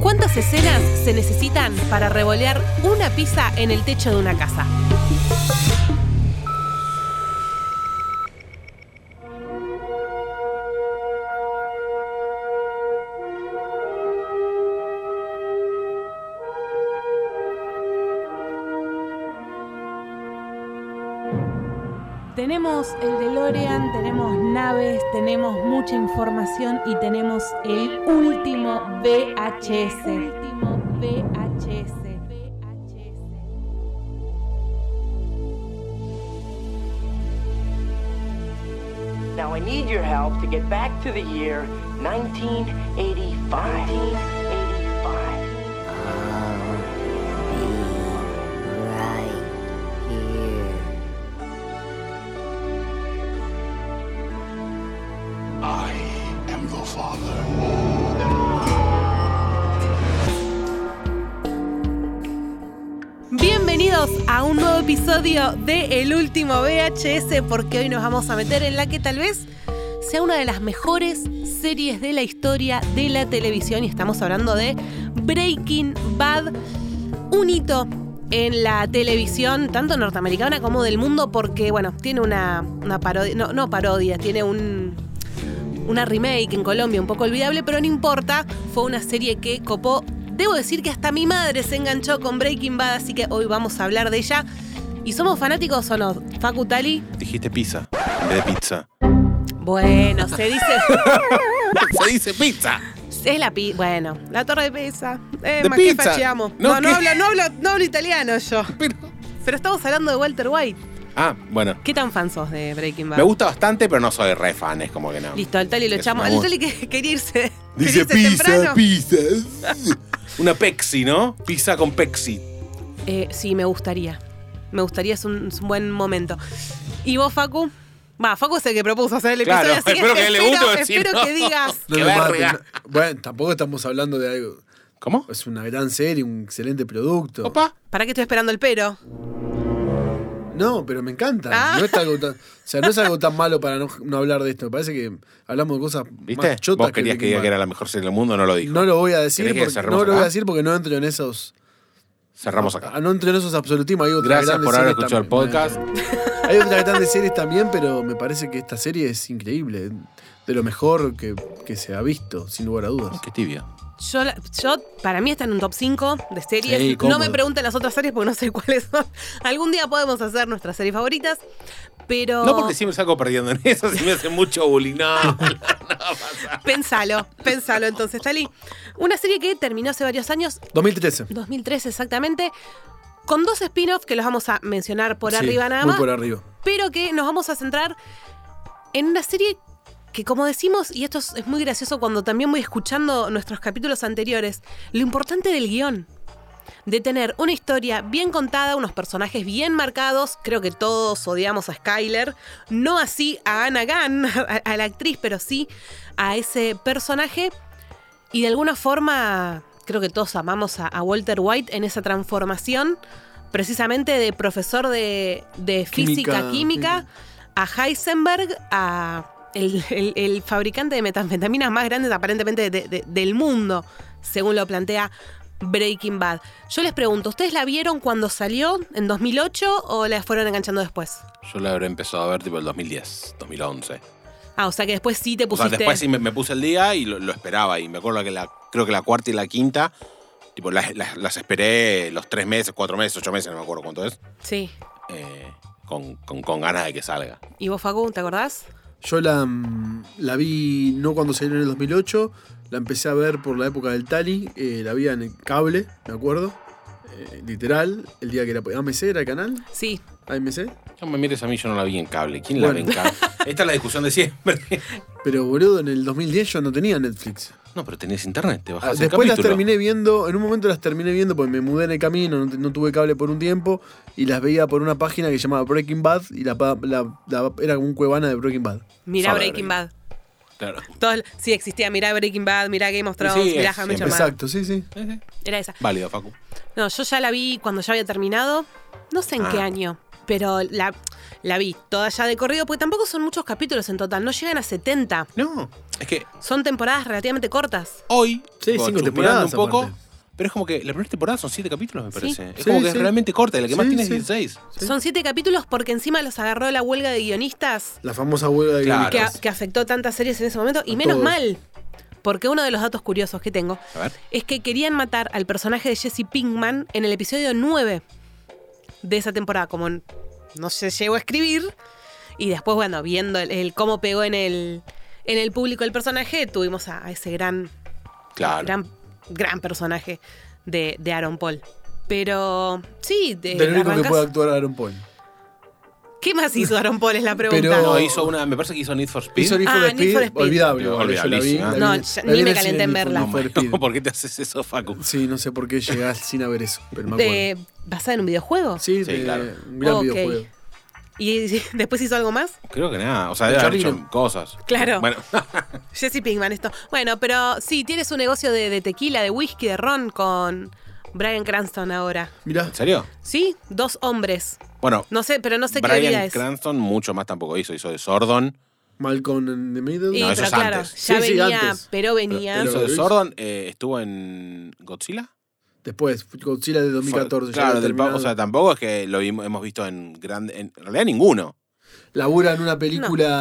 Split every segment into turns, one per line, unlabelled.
¿Cuántas escenas se necesitan para revolear una pizza en el techo de una casa?
Tenemos el DeLorean, tenemos naves, tenemos mucha información y tenemos el último VHS.
Now I need your help to get back to the year 1985. 1985.
I am the father.
Bienvenidos a un nuevo episodio de El Último VHS porque hoy nos vamos a meter en la que tal vez sea una de las mejores series de la historia de la televisión y estamos hablando de Breaking Bad, un hito en la televisión tanto norteamericana como del mundo porque bueno, tiene una, una parodia, no, no parodia, tiene un, una remake en Colombia un poco olvidable, pero no importa, fue una serie que copó. Debo decir que hasta mi madre se enganchó con Breaking Bad, así que hoy vamos a hablar de ella. ¿Y somos fanáticos o no? Facu Tali.
Dijiste pizza en vez de pizza.
Bueno, se dice.
Se dice pizza.
Es la pi. Bueno, la torre de pizza. Eh,
De
más que
pizza.
facheamos. No,
No,
no,
¿qué?
hablo, no, hablo, no hablo italiano yo.
Pero-
Pero estamos hablando de Walter White.
Ah, bueno.
¿Qué tan fan sos de Breaking Bad?
Me gusta bastante, pero no soy re fan, es como que no.
Listo, al Tali lo
Es
echamos.
una
Al
voz.
Tali que quería irse.
Dice
quería irse
pizza, pizza. Una pexi, ¿no? Pizza con pexi.
Eh, sí, me gustaría. Me gustaría, es un, es un buen momento. ¿Y vos, Facu? Va, Facu es el que propuso hacer el
Claro,
episodio. así
espero que a él le guste,
espero-
o si
espero
no.
que digas.
No
Qué
me maten,
verga.
no. Bueno, tampoco estamos hablando de algo.
¿Cómo?
Es una gran serie, un excelente producto.
Opa.
¿Para qué estoy esperando el pero?
No, pero me encanta.
Ah.
No es algo tan, o sea, no es algo tan malo para no, no hablar de esto. Me parece que hablamos de cosas
¿Viste?
más chotas
Vos querías que
Breaking
diga que
Bad.
era la mejor serie del mundo, no lo dijo.
No lo voy a decir
¿Querés que
porque,
cerremos
no lo voy a
acá?
decir porque no entro en esos
Cerramos acá.
ah, no entro en esos absolutismos. Hay otras
Gracias
grandes
por haber
series
escuchado el
también.
podcast.
Hay otras grandes series también, pero me parece que esta serie es increíble. De lo mejor que, que se ha visto, sin lugar a dudas.
Qué tibio.
Yo, la- yo, para mí está en un top 5 de series.
Sí,
no
cómodo.
me pregunten las otras series porque no sé cuáles son. Algún día podemos hacer nuestras series favoritas, pero...
No porque siempre salgo perdiendo en eso, si me hace mucho bullying. No.
Pensalo, pensalo entonces, Tali. Una serie que terminó hace varios años,
2013.
2003 exactamente, con dos spin-offs que los vamos a mencionar por
Sí,
arriba nada
muy
más.
por arriba.
pero que nos vamos a centrar en una serie que como decimos, y esto es es muy gracioso cuando también voy escuchando nuestros capítulos anteriores, lo importante del guión, de tener una historia bien contada, unos personajes bien marcados, creo que todos odiamos a Skyler, no así a Anna Gunn, a, a la actriz, pero sí a ese personaje, y de alguna forma creo que todos amamos a, a Walter White en esa transformación, precisamente de profesor de, de física,
Química,
química, a Heisenberg, a el, el- el fabricante de metanfetaminas más grandes aparentemente de- de- del mundo, según lo plantea Breaking Bad. Yo les pregunto, ¿ustedes la vieron cuando salió en 2008 o la fueron enganchando después?
Yo la habré empezado a ver tipo el 2010, 2011.
Ah, o sea que después sí te
O sea,
pusiste...
después sí me, me puse el día y lo, lo esperaba. Y me acuerdo que la, creo que la cuarta y la quinta, tipo, las, las- las esperé los tres meses, cuatro meses, ocho meses, no me acuerdo cuánto es,
Sí.
eh, con, con- con ganas de que salga.
¿Y vos, Facu, te acordás?
Yo la, mm, la vi no cuando salió en el 2008, la empecé a ver por la época del Tali, eh, la vi en el cable, me acuerdo, eh, literal, el día que era AMC, era el canal,
Sí.
AMC,
No me mires a mí, yo no la vi en cable. ¿Quién la
Bueno.
ve en cable? Esta es la discusión de siempre.
pero boludo, en el 2010 yo no tenía Netflix.
No, pero tenías internet, te
Ah,
bajás el
Después las
capítulo.
terminé viendo, en un momento las terminé viendo porque me mudé en el camino, no, te- no tuve cable por un tiempo y las veía por una página que se llamaba Breaking Bad y la, pa- la- la- era como un cuevana de Breaking Bad.
Mirá
Solo
Breaking
Breaking
Bad.
Claro.
Todo- sí, existía. Mirá Breaking Bad, mirá Game of Thrones,
Sí,
mirá
es-
How I Met Your Mother.
Exacto, sí, sí.
Era esa.
Válido, Facu.
No, yo ya la vi cuando ya había terminado. No sé en
Ah.
qué año, pero la, la vi toda ya de corrido, porque tampoco son muchos capítulos en total, no llegan a 70.
No, es que
Son temporadas relativamente cortas.
hoy,
Sí,
tipo,
cinco
chusmeando
temporadas,
un poco,
aparte.
Pero es como que la primera temporada son siete capítulos, me parece. Es
Sí,
como que es
sí.
realmente corta, y la que más
Sí,
tiene
sí.
es 16.
Sí.
Son siete capítulos porque encima los agarró la huelga de guionistas
La famosa huelga de
Claro.
que, a-
guionistas.
que afectó tantas series en ese momento. Y
A
menos
todos.
mal, porque uno de los datos curiosos que tengo
A ver.
es que querían matar al personaje de Jesse Pinkman en el episodio 9 de esa temporada, como n- no se llegó a escribir. Y después, bueno, viendo el, el cómo pegó en el, en el público el personaje, tuvimos a, a ese gran,
Claro.
gran, gran personaje de, de Aaron Paul. Pero sí, de,
Del único que
eh, arrancás-
puede actuar Aaron Paul.
¿qué más hizo Aaron Paul? Es la pregunta.
Pero-
No, hizo una, me parece que hizo Need for Speed.
Hizo Need
Ah,
for
Need
Speed,
for Speed.
olvidable.
Olvidable,
boludo, yo la vi,
olvidísima.
la vi
No,
en-
ya-
la
ni
vi en
me
el
calenté
cine
en
Need for-
verla.
Need for Speed.
No, ¿Por qué te haces eso, Facu?
Sí, no sé por qué llegás sin haber eso, pero me acuerdo.
de, ¿Basada en un videojuego?
Sí,
Sí,
de-
claro.
un gran
Ok.
videojuego.
¿Y después hizo algo más?
Creo que nada. O sea, debe
El
haber
Charlino.
hecho cosas.
Claro.
Bueno,
Jesse Pinkman, esto. Bueno, pero sí, tiene su negocio de, de tequila, de whisky, de ron con Brian Cranston ahora.
Mirá,
¿en serio?
¿Sí? Dos hombres.
Bueno,
No sé, pero no sé qué bebida
Brian
es.
Cranston mucho más tampoco hizo. Hizo de Sordon.
Malcolm in the Middle.
Y,
No, eso
pero
es
claro,
antes.
ya
Sí, sí,
venía,
antes.
pero venía.
Pero-
Hizo de Sordon. eh, estuvo en Godzilla.
Después, Godzilla de 2014.
Fue-
ya
Claro,
había
del pa- o
terminado.
sea, tampoco es que lo vimos- hemos visto en grande. En realidad, ninguno.
Labura en una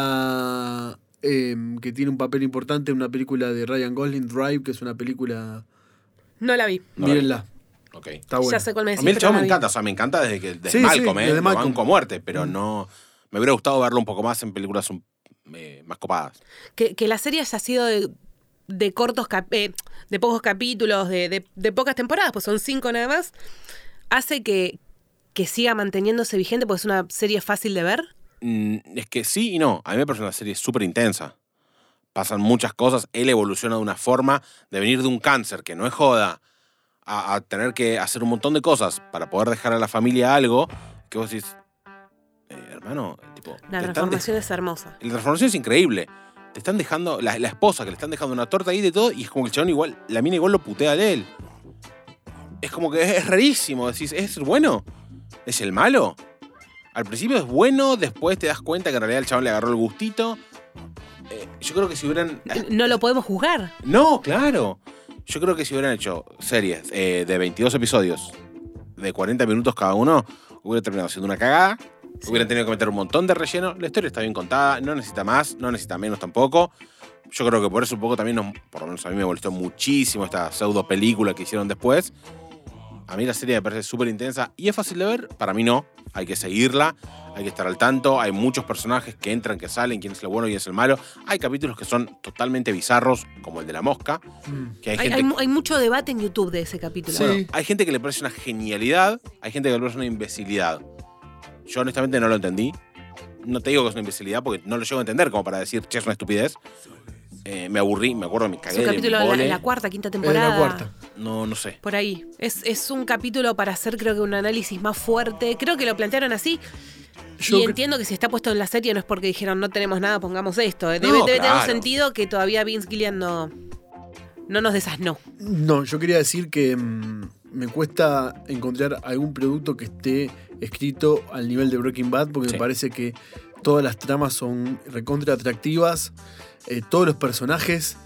película em, que tiene un papel importante, una película de Ryan Gosling, Drive, que es una película...
no la vi.
No la vi.
mírenla,
Ok.
está buena.
Ya sé cuál me
A
decís.
mí el
pero
chavo
no
me
la vi.
encanta. O sea, me encanta desde que. Desde
Sí, sí,
Malcolm, ¿eh?
desde
Lo
Malcolm.
banco a muerte, pero no. Me hubiera gustado verlo un poco más en películas un- eh, más copadas.
Que, que la serie haya sido de, de cortos, cap- eh, de pocos capítulos, de, de- de pocas temporadas, pues son cinco nada más, hace que, que siga manteniéndose vigente, porque es una serie fácil de ver.
Mm, es que sí y no. A mí me parece una serie súper intensa. Pasan muchas cosas. Él evoluciona de una forma de venir de un cáncer que no es joda a, a tener que hacer un montón de cosas para poder dejar a la familia algo que vos decís, eh, hermano, tipo,
La
te están
transformación es hermosa.
dej- la transformación es increíble. Te están dejando, la, la esposa que le están dejando una torta ahí de todo y es como que el chabón igual, la mina igual lo putea de él. Es como que es, es rarísimo. Decís, ¿es el bueno? ¿Es el malo? Al principio es bueno, después te das cuenta que en realidad el chabón le agarró el gustito. Eh, yo creo que si hubieran.
No lo podemos juzgar.
No, claro. Yo creo que si hubieran hecho series eh, de 22 episodios, de 40 minutos cada uno, hubiera terminado siendo una cagada. Hubieran tenido que meter un montón de relleno. La historia está bien contada, no necesita más, no necesita menos tampoco. Yo creo que por eso un poco también, nos- por lo menos a mí me molestó muchísimo esta pseudo película que hicieron después. A mí la serie me parece súper intensa y es fácil de ver. Para mí no. Hay que seguirla, hay que estar al tanto. Hay muchos personajes que entran, que salen, quién es el bueno, quién es el malo. Hay capítulos que son totalmente bizarros, como el de la mosca. Que hay,
Hay,
gente,
hay mu- hay mucho debate en YouTube de ese capítulo.
Sí.
bueno, hay gente que le parece una genialidad, hay gente que le parece una imbecilidad. Yo honestamente no lo entendí. No te digo que es una imbecilidad porque no lo llego a entender como para decir, che, es una estupidez. Eh, me aburrí, me acuerdo, me
Es
cagué.
un
del
capítulo de la,
embole.
la cuarta, quinta
Es
temporada.
la cuarta.
No, no sé.
Por ahí. Es, es un capítulo para hacer, creo que, un análisis más fuerte. Creo que lo plantearon así.
Yo
y
cre-
entiendo que si está puesto en la serie no es porque dijeron no tenemos nada, pongamos esto. Eh, Debe,
No,
debe tener un
claro.
sentido que todavía Vince Gillian no, no nos desasnó.
No, yo quería decir que mm, me cuesta encontrar algún producto que esté escrito al nivel de Breaking Bad, porque
Sí.
me parece que todas las tramas son recontra atractivas, eh, todos los personajes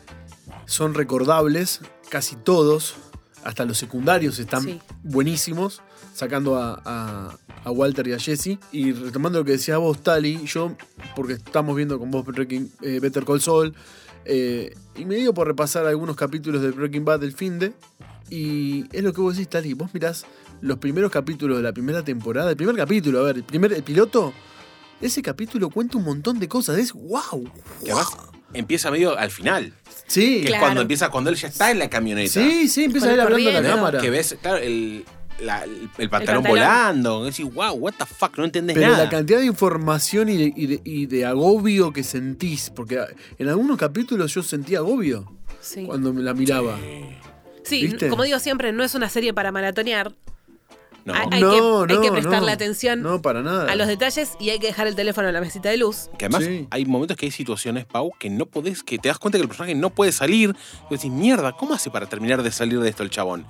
son recordables, casi todos, hasta los secundarios están
Sí.
buenísimos, sacando a, a- a Walter y a Jesse. Y retomando lo que decías vos, Tali, yo, porque estamos viendo con vos Breaking- eh, Better Call Saul, eh, y me dio por repasar algunos capítulos de Breaking Bad del Finde. Y es lo que vos decís, Tali. Vos mirás los primeros capítulos de la primera temporada. El primer capítulo, a ver, el primer el piloto. Ese capítulo cuenta un montón de cosas. Es wow.
Que además empieza medio al final.
Sí,
Que es
Claro.
cuando empieza, cuando él ya está en la camioneta.
sí, sí, empieza a ir
Con-
hablando a la
corriendo.
cámara.
Que ves, claro, el, la- el pantalón
pantalón.
volando. Y decís, wow, what the fuck, no entendés
Pero
nada.
la cantidad de información y de, y de- y de agobio que sentís, porque en algunos capítulos yo sentía agobio
Sí.
cuando me la miraba.
Sí,
¿Viste?
como digo siempre, no es una serie para maratonear.
No.
Hay- hay- que- que prestarle atención
No, para nada.
A los detalles y hay que dejar el teléfono en la mesita de luz.
Que además
Sí.
hay momentos que hay situaciones, Pau, que no podés, que te das cuenta que el personaje no puede salir. Y decís, mierda, ¿cómo hace para terminar de salir de esto el chabón?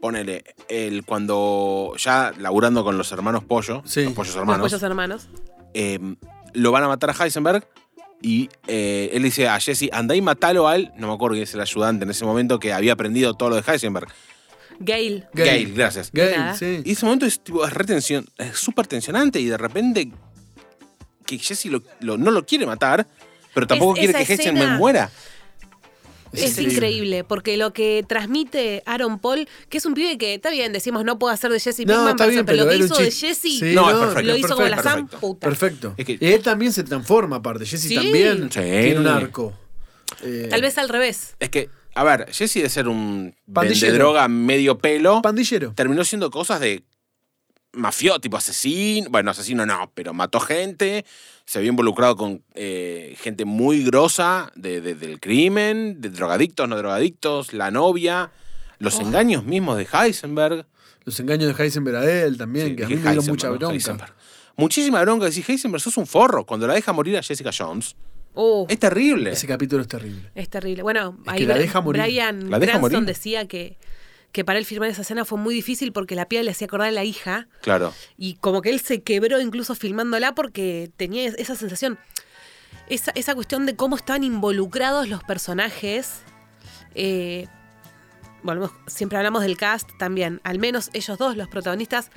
Ponele, el, cuando ya laburando con los hermanos Pollo,
Sí.
los Pollos
Los
Hermanos,
pollos hermanos.
eh, lo van a matar a Heisenberg y eh, él dice a Jesse, andá y matalo al, no me acuerdo quién es el ayudante en ese momento que había aprendido todo lo de Heisenberg.
Gail.
Gale, gracias.
De
Gale,
nada.
sí.
Y ese momento es tipo, es retención, es súper tensionante y de repente que Jesse lo- lo- no lo quiere matar, pero tampoco
Es-
quiere
esa
que Jesse
escena-
me muera.
Es
increíble.
increíble, porque lo que transmite Aaron Paul, que es un pibe que está bien, decimos no puedo hacer de Jesse
No,
Pinkman,
está
pero,
bien,
pero lo
pero
que
era un
hizo de
chiste.
Jesse
Sí,
No, es
no,
perfecto,
lo hizo con la
perfecto,
Sam,
perfecto.
puta.
Perfecto.
Es que-
Y él también se transforma, aparte. Jesse
Sí.
también
Sí.
tiene un arco. Eh,
Tal vez al revés.
Es que, a ver, Jesse de ser un de
Pandillero.
droga medio pelo,
Pandillero.
terminó siendo cosas de mafioso, tipo asesino. Bueno, asesino no, pero mató gente. Se había involucrado con eh, gente muy grosa de- de- del crimen, de drogadictos, no drogadictos, la novia, los
Oh.
engaños mismos de Heisenberg.
Los engaños de Heisenberg a él también,
Sí,
que a
dije
mí me dio
Heisenberg,
mucha
no,
bronca.
Heisenberg. Muchísima bronca. Decís, Heisenberg, sos un forro. Cuando la deja morir a Jessica Jones,
Uh,
es terrible.
Ese capítulo es terrible.
es terrible. Bueno,
Es
ahí
que la
Bra-
deja morir.
Brian
La deja
Cranston
morir.
decía que, que para él firmar esa escena fue muy difícil porque la piba le hacía acordar a la hija
Claro.
y como que él se quebró incluso filmándola porque tenía es- esa sensación, esa, esa cuestión de cómo están involucrados los personajes. eh, volvemos- siempre hablamos del cast también, al menos ellos dos, los protagonistas.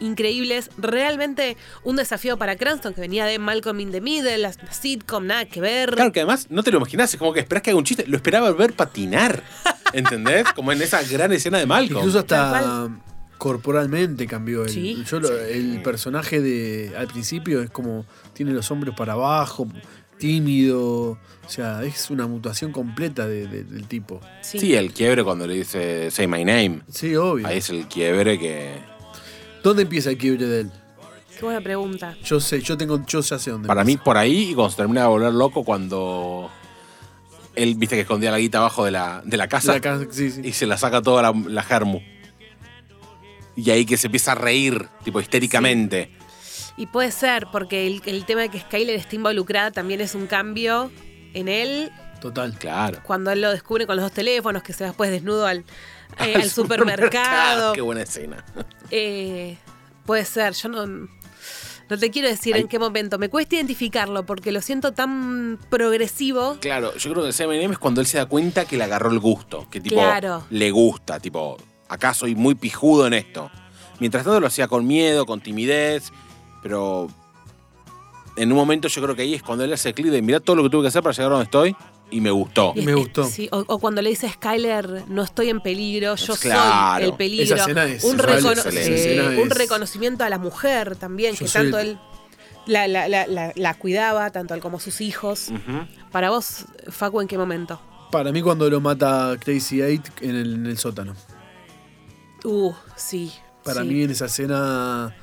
Increíbles, realmente un desafío para Cranston que venía de Malcolm in the Middle, la la sitcom, nada que ver.
Claro que además no te lo imaginás, es como que esperás que haga un chiste. Lo esperaba ver patinar. ¿Entendés? Como en esa gran escena de Malcolm.
Incluso hasta
Tal
corporalmente cambió él.
Sí.
Yo lo- el personaje de al principio es como tiene los hombros para abajo, tímido. O sea, es una mutación completa de- de- del tipo.
Sí.
Sí, el quiebre cuando le dice Say My Name.
Sí, obvio.
Ahí es el quiebre que.
¿Dónde empieza el quiebre de él?
Qué buena pregunta.
Yo sé, yo tengo, yo ya sé dónde
Para mí,
empieza.
por ahí, y cuando se termina de volver loco, cuando. Él, viste que escondía la guita abajo de la, de la casa.
La casa- sí, sí.
y se la saca toda la, la germu. Y ahí que se empieza a reír, tipo histéricamente.
Y puede ser, porque el, el tema de que Skyler esté involucrada también es un cambio en él
Total.
Claro.
cuando él lo descubre con los dos teléfonos, que se va después desnudo al, eh,
Al
al supermercado.
Qué buena escena.
Eh, puede ser, yo no, no te quiero decir
Ay.
en qué momento. Me cuesta identificarlo porque lo siento tan progresivo.
Claro, yo creo que el CMM es cuando él se da cuenta que le agarró el gusto, que tipo
Claro.
le gusta, tipo, acá soy muy pijudo en esto. Mientras tanto lo hacía con miedo, con timidez, pero en un momento yo creo que ahí es cuando él hace clic de mirá todo lo que tuve que hacer para llegar a donde estoy y me gustó.
Y es-
Me
es-
gustó.
Eh, sí, o, o cuando le dice a Skyler, no estoy en peligro, yo
Claro.
soy el peligro.
Esa escena es
un,
igual,
recono-
esa
sí,
escena
un
es-
reconocimiento a la mujer también,
Yo
que
soy
tanto
el-
él la, la- la- la- la cuidaba, tanto él como sus hijos.
Mm.
Para vos, Facu, ¿en qué momento?
Para mí cuando lo mata Crazy Eight en el, en el sótano.
Uh, sí.
Para
sí.
mí en esa escena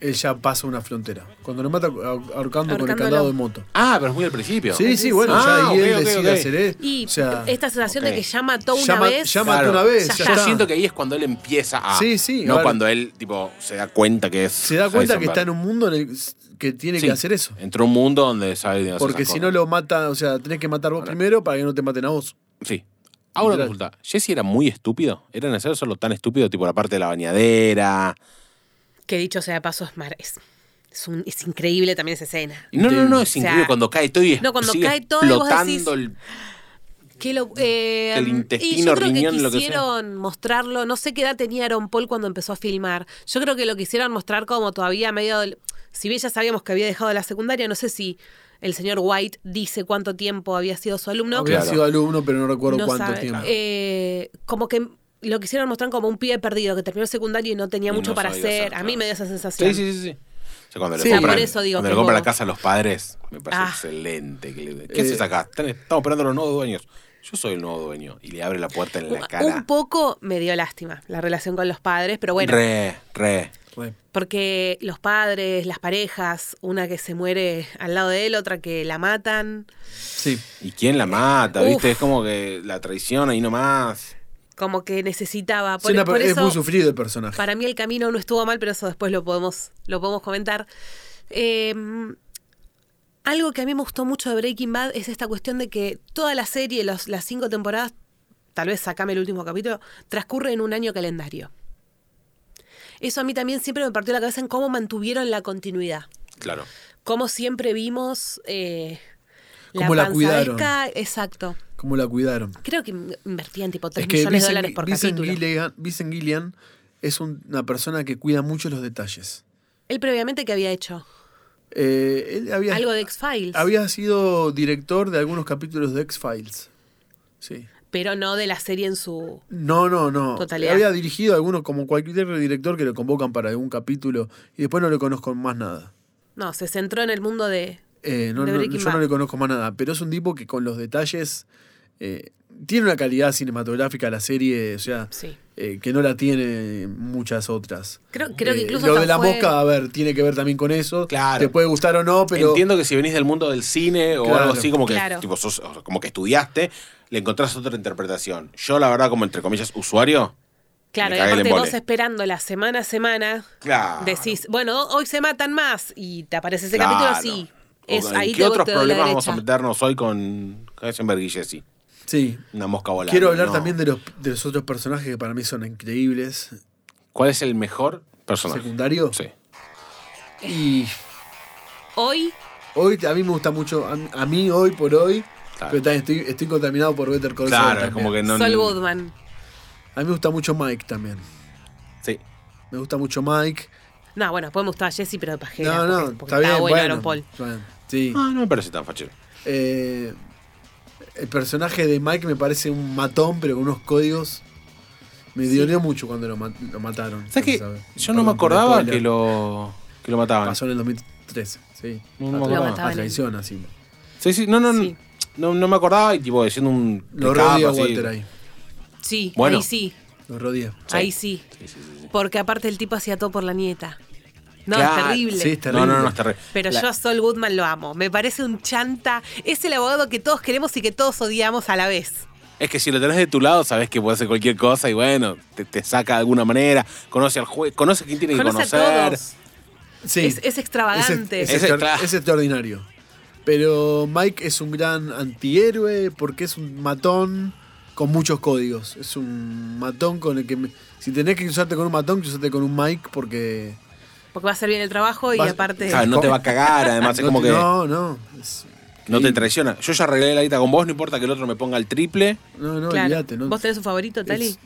él ya pasa una frontera. Cuando lo mata ahor- ahorcando con
Ahorcándolo.
el candado de moto.
Ah, pero es muy al principio.
Sí, sí, bueno,
Ah,
ya ahí
ok,
él
ok,
decide
ok.
hacer esto.
Y
o sea,
esta sensación
ok.
de que ya mató una
ya ma-
vez.
ya mató
Claro.
una vez,
Ya
ya,
Yo
está.
siento que ahí es cuando él empieza a.
Sí, sí,
No
ahora-
cuando él, tipo, se da cuenta que es.
se da cuenta que
Heisenberg.
está en un mundo en el que tiene
Sí,
que hacer eso.
Entró a un mundo donde sabe. de hacer
Porque
esas
si no
cosas.
lo mata, o sea, tenés que matar vos primero para que no te maten a vos.
Sí. Ahora
Literal.
resulta, Jesse era muy estúpido. Era necesario solo tan estúpido, tipo la parte de la bañadera.
Que dicho sea de paso, es, mar- es, es un- es increíble también esa escena.
No, no, no, es
Increíble.
increíble.
O sea,
cuando cae todo y es-
no, cuando
sigue
cae todo y vos
explotando
decís-
el-
Que lo, eh,
El
y
intestino,
yo creo
riñón, lo
que
que sea.
quisieron mostrarlo, no sé qué edad tenía Aaron Paul cuando empezó a filmar. Yo creo que lo quisieron mostrar como todavía medio... del- si bien ya sabíamos que había dejado la secundaria, no sé si el señor White dice cuánto tiempo había sido su alumno.
Había
Claro.
sido alumno, pero no recuerdo
No
cuánto
sabe.
tiempo.
Eh, como que lo quisieron mostrar como un pibe perdido que terminó el secundario y no tenía
Y
mucho
no
para
sabía
hacer.
hacer,
A mí
claro.
me dio esa sensación.
Sí, sí, sí. sí. O sea, cuando
Sí,
le compran,
por eso digo que
cuando le compran
como-
la casa a los padres, me parece
Ah.
excelente. que le-
Eh,
¿Qué haces acá? Están- Estamos esperando a los nuevos dueños. Yo soy el nuevo dueño. Y le abre la puerta en la cara.
Un poco me dio lástima la relación con los padres, pero bueno,
Re, re.
Eh,
Re.
porque los padres, las parejas, una que se muere al lado de él, otra que la matan,
Sí.
¿Y quién la mata?
Uf.
¿Viste? Es como que la traición ahí nomás.
como que necesitaba. Por, e-
Sí, no,
por
pero es
eso,
muy sufrido el personaje.
para mí el camino no estuvo mal, pero eso después lo podemos, lo podemos comentar. Eh, algo que a mí me gustó mucho de Breaking Bad es esta cuestión de que toda la serie, los- las cinco temporadas, tal vez sacame el último capítulo, transcurre en un año calendario. Eso a mí también siempre me partió la cabeza en cómo mantuvieron la continuidad.
Claro.
Como siempre vimos eh,
Cómo la
panza de
cuidaron.
Sky, exacto.
¿Cómo la cuidaron?
Creo que in- invertían tipo 3
Es que
millones de
Vincent,
dólares por
Vincent
capítulo.
Gilligan, Vincent Gillian es un- una persona que cuida mucho los detalles.
Él previamente que había hecho
Eh, él había,
algo de X-Files,
había sido director de algunos capítulos de X-Files. Sí.
pero no de la serie en su...
No, no, no.
Totalidad.
Había dirigido a algunos, como cualquier director, que lo convocan para algún capítulo y después no le conozco más nada.
No, se centró en el mundo de...
Eh, no,
De
no,
Breaking
yo no
Bad.
le conozco más nada, pero es un tipo que con los detalles eh, tiene una calidad cinematográfica la serie, o sea,
Sí.
eh, que no la tiene muchas otras.
Creo, creo que
Eh,
incluso...
lo
hasta
de la
fue-
mosca, a ver, tiene que ver también con eso.
Claro.
Te puede gustar o no, pero
Entiendo que si venís del mundo del cine o
Claro.
algo así, como que,
Claro.
tipo, sos- o sea, como que estudiaste, le encontrás otra interpretación. Yo, la verdad, como entre comillas, usuario.
Claro,
me
y
cagué el
aparte vos
embole.
esperando la semana a semana,
Claro.
decís, bueno, hoy se matan más, y te aparece ese
Claro.
capítulo así.
O-
Es,
¿en
ahí
¿Qué
te-
otros
te doy la
problemas vamos a
derecha.
meternos hoy con Heisenberg y Jesse?
sí.
Una mosca volando.
Quiero hablar
no.
también de los, de los otros personajes que para mí son increíbles.
¿Cuál es el mejor personaje?
Secundario.
Sí.
Y
Hoy,
hoy a mí me gusta mucho, a, mí- a mí hoy por hoy,
Claro.
pero también estoy, estoy contaminado por Better Call Saul
Claro, es
también.
como que no.
Sol Goodman.
A mí me gusta mucho Mike también.
Sí.
Me gusta mucho Mike.
No, bueno, podemos gustar a Jesse, pero de pajera.
No,
porque-
no,
porque
está bien.
bueno,
bueno,
Aaron Paul.
está bien, sí.
Ah, No, no me parece tan fácil.
Eh, el personaje de Mike me parece un matón, pero con unos códigos. Me dolió mucho cuando lo, ma- lo mataron.
¿Sabes
no
qué?
sabe.
Yo no me
Perdón,
acordaba
spoiler.
que lo, que lo mataban.
Pasó en el 2013, sí.
No, no me
A tra-
acordaba.
Lo mataban
A traición, así.
Sí, sí, no, no,
Sí.
no, no me acordaba y tipo diciendo un.
Lo
de capa,
rodea
así.
Walter ahí.
Sí,
Bueno.
ahí sí,
Lo rodea.
ahí sí. Porque aparte el tipo hacía todo por la nieta. No, es
Claro,
terrible.
sí, es
No, no, no,
terrible.
es terrible.
Pero
La-
yo a Sol Goodman lo amo. Me parece un chanta. Es el abogado que todos queremos y que todos odiamos a la vez.
Es que si lo tenés de tu lado, sabes que puede hacer cualquier cosa y bueno, te, te saca de alguna manera. Conoce al juez, conoce a quien tiene que
Conoce a
conocer.
todos.
Sí.
Es- es extravagante.
Es,
Ese,
extra-
claro.
es extraordinario. Pero Mike es un gran antihéroe porque es un matón con muchos códigos. Es un matón con el que... me- si tenés que cruzarte con un matón, cruzate con un Mike porque...
Porque va a hacer bien el trabajo y
Vas- Ah,
aparte.
Claro, no te va a cagar, además es
no
como
te-
que
No, no. es-
no te traiciona. Yo ya arreglé la guita con vos, no importa que el otro me ponga el triple.
no, no,
Claro.
olvídate, ¿no?
¿Vos tenés un favorito, Tali?
Es-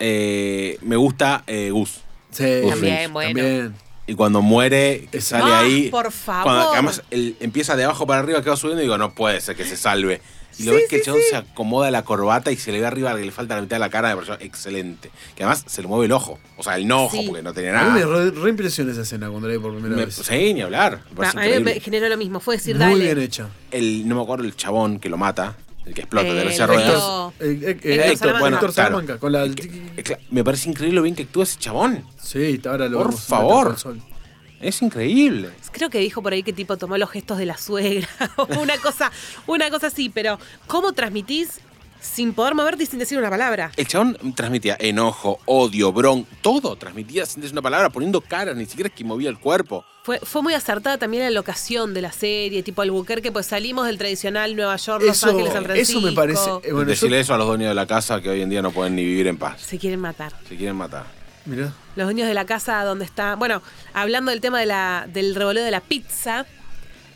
Eh, me gusta eh, Gus.
Sí,
Gus
También,
Fring.
bueno.
también.
Y cuando muere, que sale
Ah,
ahí.
por favor.
cuando- que además él empieza de abajo para arriba, que va subiendo, y digo, no puede ser que se salve. Y lo
Sí,
ves que el
sí,
chabón se acomoda la corbata y se le ve arriba que le falta la mitad de la cara de persona. Excelente. Que además se le mueve el ojo. O sea, el no ojo,
Sí.
porque no tenía
A mí me
nada.
re- reimpresiona esa escena cuando la vi por primera
Me-
vez.
sí, ni hablar. Me
Ah,
parece
a mí me
increíble.
generó lo mismo. Fue decir,
Muy
dale.
bien hecha.
El, no me acuerdo el chabón que lo mata, el que explota,
Eh,
debe
el
ser ruedas.
Héctor-
El- el- el-
Héctor
Héctor,
Salamanca.
bueno,
claro.
Héctor Eh, Salamanca, con la...
Eh, cla- Me parece increíble lo bien que actúa ese chabón.
Sí, ahora lo
Por
vemos,
favor.
Better Call Saul.
Es increíble.
Creo que dijo por ahí que tipo tomó los gestos de la suegra o una cosa, una cosa así, pero ¿cómo transmitís sin poder moverte y sin decir una palabra?
El chabón transmitía enojo, odio, bron, todo transmitía sin decir una palabra, poniendo cara, ni siquiera es que movía el cuerpo.
Fue, fue muy acertada también la locación de la serie, tipo Albuquerque, pues salimos del tradicional Nueva York, Los
Eso,
Ángeles, San
eso
Francisco.
me parece... eh, bueno, yo-
Decirle eso a los dueños de la casa que hoy en día no pueden ni vivir en paz.
Se quieren matar.
Se quieren matar.
mirá.
Los dueños de la casa donde está. Bueno, hablando del tema de la, del revoleo de la pizza,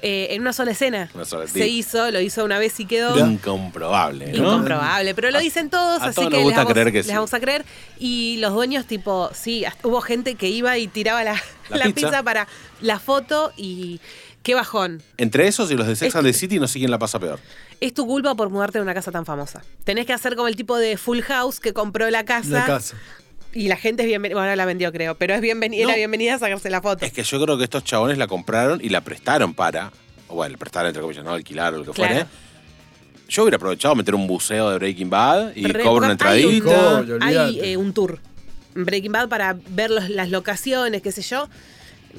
eh, en una sola escena
Una sola,
se
sí.
hizo, lo hizo una vez y quedó.
Incomprobable, ¿no?
Incomprobable, pero lo
A-
dicen todos,
a
así
todos
que,
nos
les,
gusta
vamos,
creer que
les
sí.
vamos a creer. Y los dueños, tipo, sí, hasta- hubo gente que iba y tiraba la,
La
la pizza.
pizza.
para la foto y qué bajón.
Entre esos y los de Sex
Es-
and the City no sé quién la pasa peor.
Es tu culpa por mudarte de una casa tan famosa. Tenés que hacer como el tipo de Full House que compró la casa,
La casa.
y la gente es bienvenida. Bueno, la vendió, creo, pero es bienvenida,
No.
era bienvenida a sacarse la foto.
Es que yo creo que estos chabones la compraron y la prestaron para. O bueno, prestaron entre comillas, ¿no? Alquilar o lo que
Claro.
fuere. Yo hubiera aprovechado meter un buceo de Breaking Bad y
Re- hay
cobro una
un
entradita.
tour,
Coño,
Hay,
olvídate.
eh, un tour. en Breaking Bad para ver los- las locaciones, qué sé yo.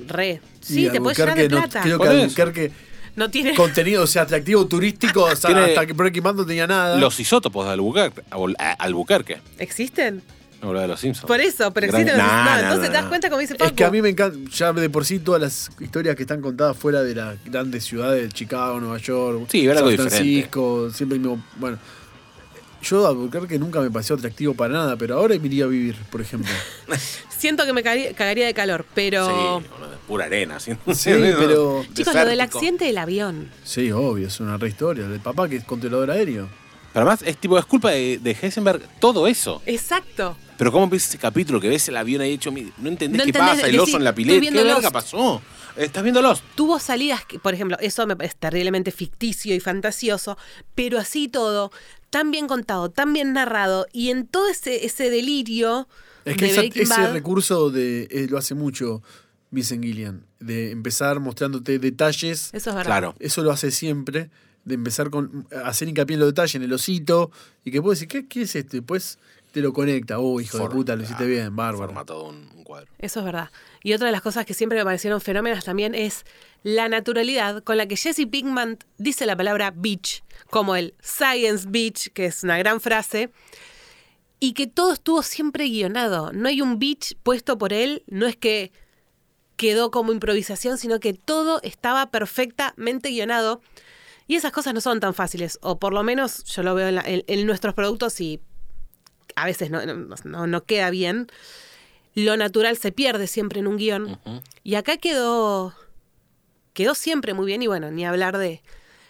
Re. Sí,
Y
te puedes llenar de
Albuquerque no-
plata.
creo que
Por eso.
Albuquerque,
No tiene.
contenido, o sea, atractivo turístico, o sea,
Tiene-
hasta que Breaking Bad no tenía nada.
Los isótopos de Albuquerque. Al- a- Albuquerque.
¿Existen?
No lo de los Simpsons.
Por eso, pero
Gran-
existen los no,
Nah, nah,
Entonces
nah,
te das
nah.
cuenta como dice Paco.
es que a mí me encanta, ya de por sí todas las historias que están contadas fuera de las grandes ciudades, Chicago, Nueva York,
Sí, ver algo
San
diferente.
Francisco, siempre el mismo, bueno. Yo a Albuquerque nunca me pareció atractivo para nada, pero ahora me iría a vivir, por ejemplo.
Siento que me cagaría, cagaría de calor, pero.
Sí, boludo, pura arena. Sí,
Sí, pero-
Chicos, lo del
Desértico.
accidente del avión.
Sí, obvio, es una re historia. El papá que es controlador aéreo.
Pero además, es tipo, es culpa de, de Heisenberg todo eso.
Exacto.
Pero ¿cómo ves ese capítulo que ves el avión ahí hecho? mil- No entendés
No
qué
entendés,
pasa, el
decís,
oso en la
estoy
pileta.
viendo
¿Qué verga
Lost.
pasó? Estás viendo Lost.
Tuvo salidas que, por ejemplo, eso me parece terriblemente ficticio y fantasioso, pero así todo, tan bien contado, tan bien narrado, y en todo ese, ese delirio.
Es que
de
esa-
Breaking
ese
Bad-
recurso de, eh, lo hace mucho Vincent Gillian, de empezar mostrándote detalles.
Eso es verdad.
Claro.
Eso lo hace siempre, de empezar con a hacer hincapié en los detalles, en el osito, y que puedes decir, ¿qué, qué es esto? Y después te lo conecta. Oh, hijo de
Forma- ah,
puta, lo hiciste bien, bárbaro.
Forma todo un, un cuadro.
Eso es verdad. Y otra de las cosas que siempre me parecieron fenómenos también es la naturalidad con la que Jesse Pinkman dice la palabra beach, como el science beach, que es una gran frase, y que todo estuvo siempre guionado. No hay un beach puesto por él, no es que quedó como improvisación, sino que todo estaba perfectamente guionado. Y esas cosas no son tan fáciles, o por lo menos yo lo veo en, la- en- en nuestros productos y a veces no- no- no- no queda bien lo natural se pierde siempre en un guión. Y acá quedó. Quedó siempre muy bien. Y bueno, ni hablar de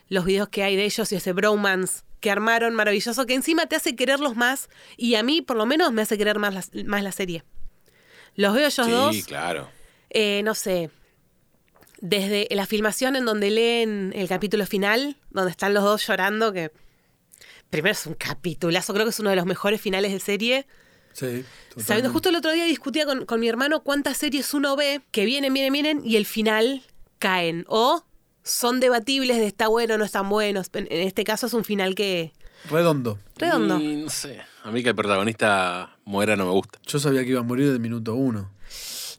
los videos que hay de ellos y ese bromance que armaron maravilloso, que encima te hace quererlos más. Y a mí, por lo menos, me hace querer más la, más la serie. Los veo ellos
sí,
dos,
claro.
eh, no sé. Desde la filmación en donde leen el capítulo final, donde están los dos llorando, que primero es un capitulazo, creo que es uno de los mejores finales de serie.
Sí,
Sabiendo,
totalmente.
justo el otro día discutía con, con mi hermano cuántas series uno ve que vienen, vienen, vienen y el final caen. O son debatibles de está bueno o no están buenos. En, en este caso es un final que.
Redondo.
redondo.
Y no sé. A mí que el protagonista muera no me gusta.
Yo sabía que iba a morir desde el minuto uno.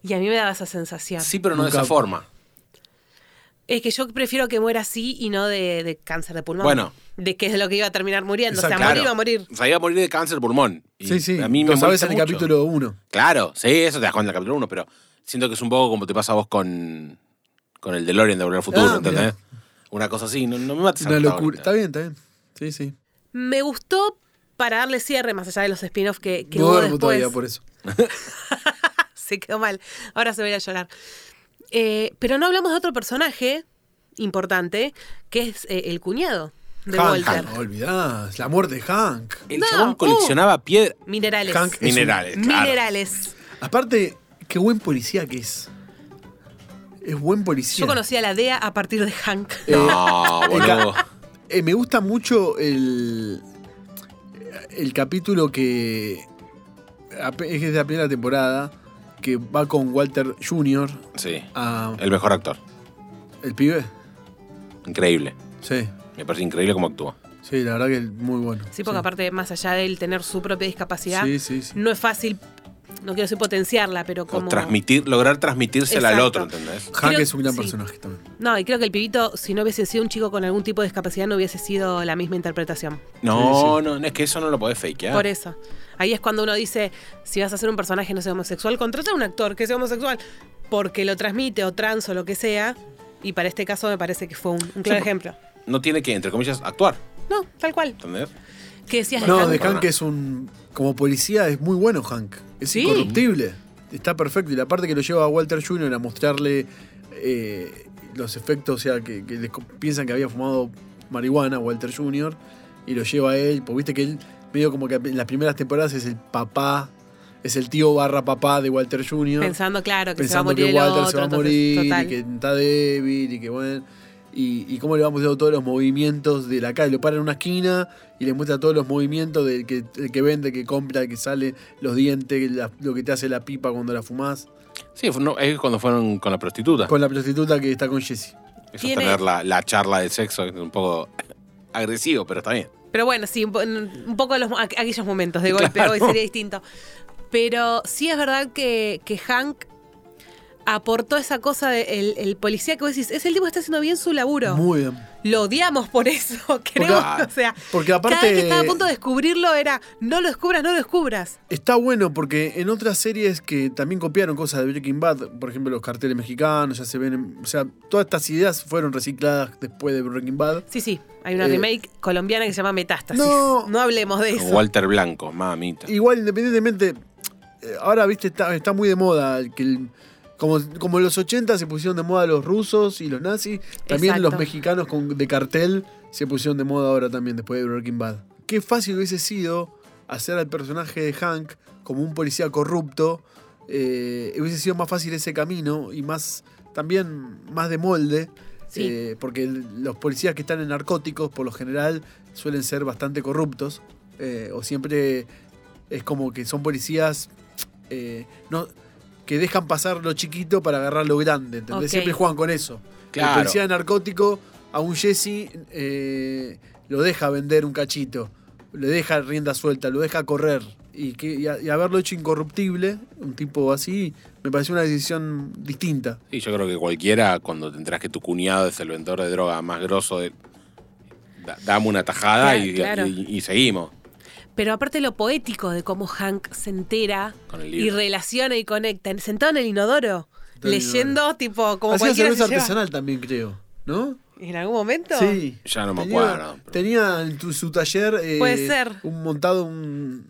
Y a mí me daba esa sensación.
Sí, pero no de
Nunca-
esa forma.
Es que yo prefiero que muera así y no de, de cáncer de pulmón.
Bueno.
De que es lo que iba a terminar muriendo. o sea,
Exacto.
morir va a morir.
O sea, iba a morir de cáncer de pulmón. Y
Sí, sí.
A mí me
lo sabes
molesta
en el
mucho.
capítulo uno.
Claro, sí, eso te das cuenta en el capítulo 1, pero siento que es un poco como te pasa a vos con, con el DeLorean de Volver al Futuro,
Ah,
¿entendés? Una cosa así, no, no me mates al
Una locura.
protagonista.
Está bien, está bien. Sí, sí.
Me gustó para darle cierre, más allá de los spin-offs que, que
No
hubo
duermo
después.
todavía por eso.
se quedó mal. Ahora se va a ir a llorar. Eh, pero no hablamos de otro personaje importante, que es eh, el cuñado de
Hank,
Walter.
no olvidás. La muerte de Hank.
El
No,
chabón
uh.
coleccionaba piedra.
Minerales.
Hank es un-
Minerales, claro.
Minerales.
Aparte, qué buen policía que es. Es buen policía.
Yo conocí a la DEA a partir de Hank.
Eh,
No, Ah, boludo.
eh, me gusta mucho el, el capítulo que ape- es de la primera temporada que va con Walter Jr.
Sí,
a
el mejor actor.
el pibe.
Increíble.
Sí,
Me parece increíble cómo actúa.
sí, la verdad que es muy bueno.
Sí, porque aparte, más allá de él tener su propia discapacidad,
Sí, sí, sí.
no es fácil, no quiero decir potenciarla, pero
O
como...
transmitir, lograr transmitírsela al
Exacto.
otro, ¿entendés?
Hank
creo-
es un gran
sí.
personaje también.
No, y creo que el pibito, si no hubiese sido un chico con algún tipo de discapacidad, no hubiese sido la misma interpretación.
No, no, no, es que eso no lo podés
Ah.
fakear.
Por eso. Ahí es cuando uno dice, si vas a ser un personaje no sea homosexual, contrata a un actor que sea homosexual, porque lo transmite o trans o lo que sea. Y para este caso me parece que fue un, un claro
Sí,
ejemplo.
No tiene que, entre comillas, actuar,
No, tal cual.
¿entendés?
¿Qué decías
No,
Alejandro?
de Hank es un. Como policía es muy bueno, Hank. Es
Sí.
incorruptible. Está perfecto. Y la parte que lo lleva a Walter Jr. a mostrarle eh, los efectos, o sea, que, que les co- piensan que había fumado marihuana, Walter Jr. Y lo lleva a él, porque viste que él, medio como que en las primeras temporadas es el papá, es el tío barra papá de Walter Jr.
Pensando, claro, que se va
pensando
a morir
que
el
Walter
otro.
se va a
entonces,
morir
total.
y que está débil y que bueno. Y, y cómo le vamos dando todos los movimientos de la calle. Lo para en una esquina y le muestra todos los movimientos del que, el que vende, que compra, que sale, los dientes, la- lo que te hace la pipa cuando la fumás.
Sí, fue- no, es cuando fueron con la prostituta.
Con la prostituta que está con Jesse.
Eso es
Tiene-
tener la, la charla de sexo es un poco agresivo, pero está bien.
Pero bueno, sí, un po- un poco los, aqu- aquellos momentos de golpe,
Claro.
hoy sería distinto. Pero sí es verdad que, que Hank aportó esa cosa del el, el policía que vos decís, es el tipo que está haciendo bien su laburo.
Muy bien.
Lo odiamos por eso, queremos,
ah,
o sea,
porque aparte-
cada vez que estaba a punto de descubrirlo era, no lo descubras, no lo descubras.
Está bueno porque en otras series que también copiaron cosas de Breaking Bad, por ejemplo los carteles mexicanos, ya se ven, en- o sea, todas estas ideas fueron recicladas después de Breaking Bad.
Sí, sí, hay una
Eh,
remake colombiana que se llama Metástasis.
No.
hablemos de
Con
eso.
Walter Blanco, mamita.
Igual, independientemente, eh, ahora, viste, está, está muy de moda el que el- como, como en los 80 se pusieron de moda los rusos y los nazis, también
Exacto.
los mexicanos con, de cartel se pusieron de moda ahora también después de Breaking Bad. Qué fácil hubiese sido hacer al personaje de Hank como un policía corrupto. eh, hubiese sido más fácil ese camino y más también más de molde.
Sí.
eh, porque el- los policías que están en narcóticos por lo general suelen ser bastante corruptos. eh, o siempre es como que son policías eh, no, que dejan pasar lo chiquito para agarrar lo grande, ¿entendés?
Ok.
Siempre juegan con eso.
Claro.
El policía de narcótico a un Jesse eh, lo deja vender un cachito, le deja rienda suelta, lo deja correr. Y, que, y a- y haberlo hecho incorruptible, un tipo así, me pareció una decisión distinta.
Sí, yo creo que cualquiera, cuando te enterás que tu cuñado es el vendedor de droga más grosso, de, da- dame una tajada
Claro,
y,
claro.
y- y seguimos.
Pero aparte lo poético de cómo Hank se entera
Con el libro.
y relaciona y conecta, sentado en el inodoro,
Del
leyendo tipo como
Hacía
cualquiera
cerveza
se lleva.
artesanal también, creo, ¿no?
¿En algún momento?
Sí.
Ya no me
Tenía-
acuerdo, pero-
Tenía en tu- su taller. eh,
Puede ser.
Un montado, un,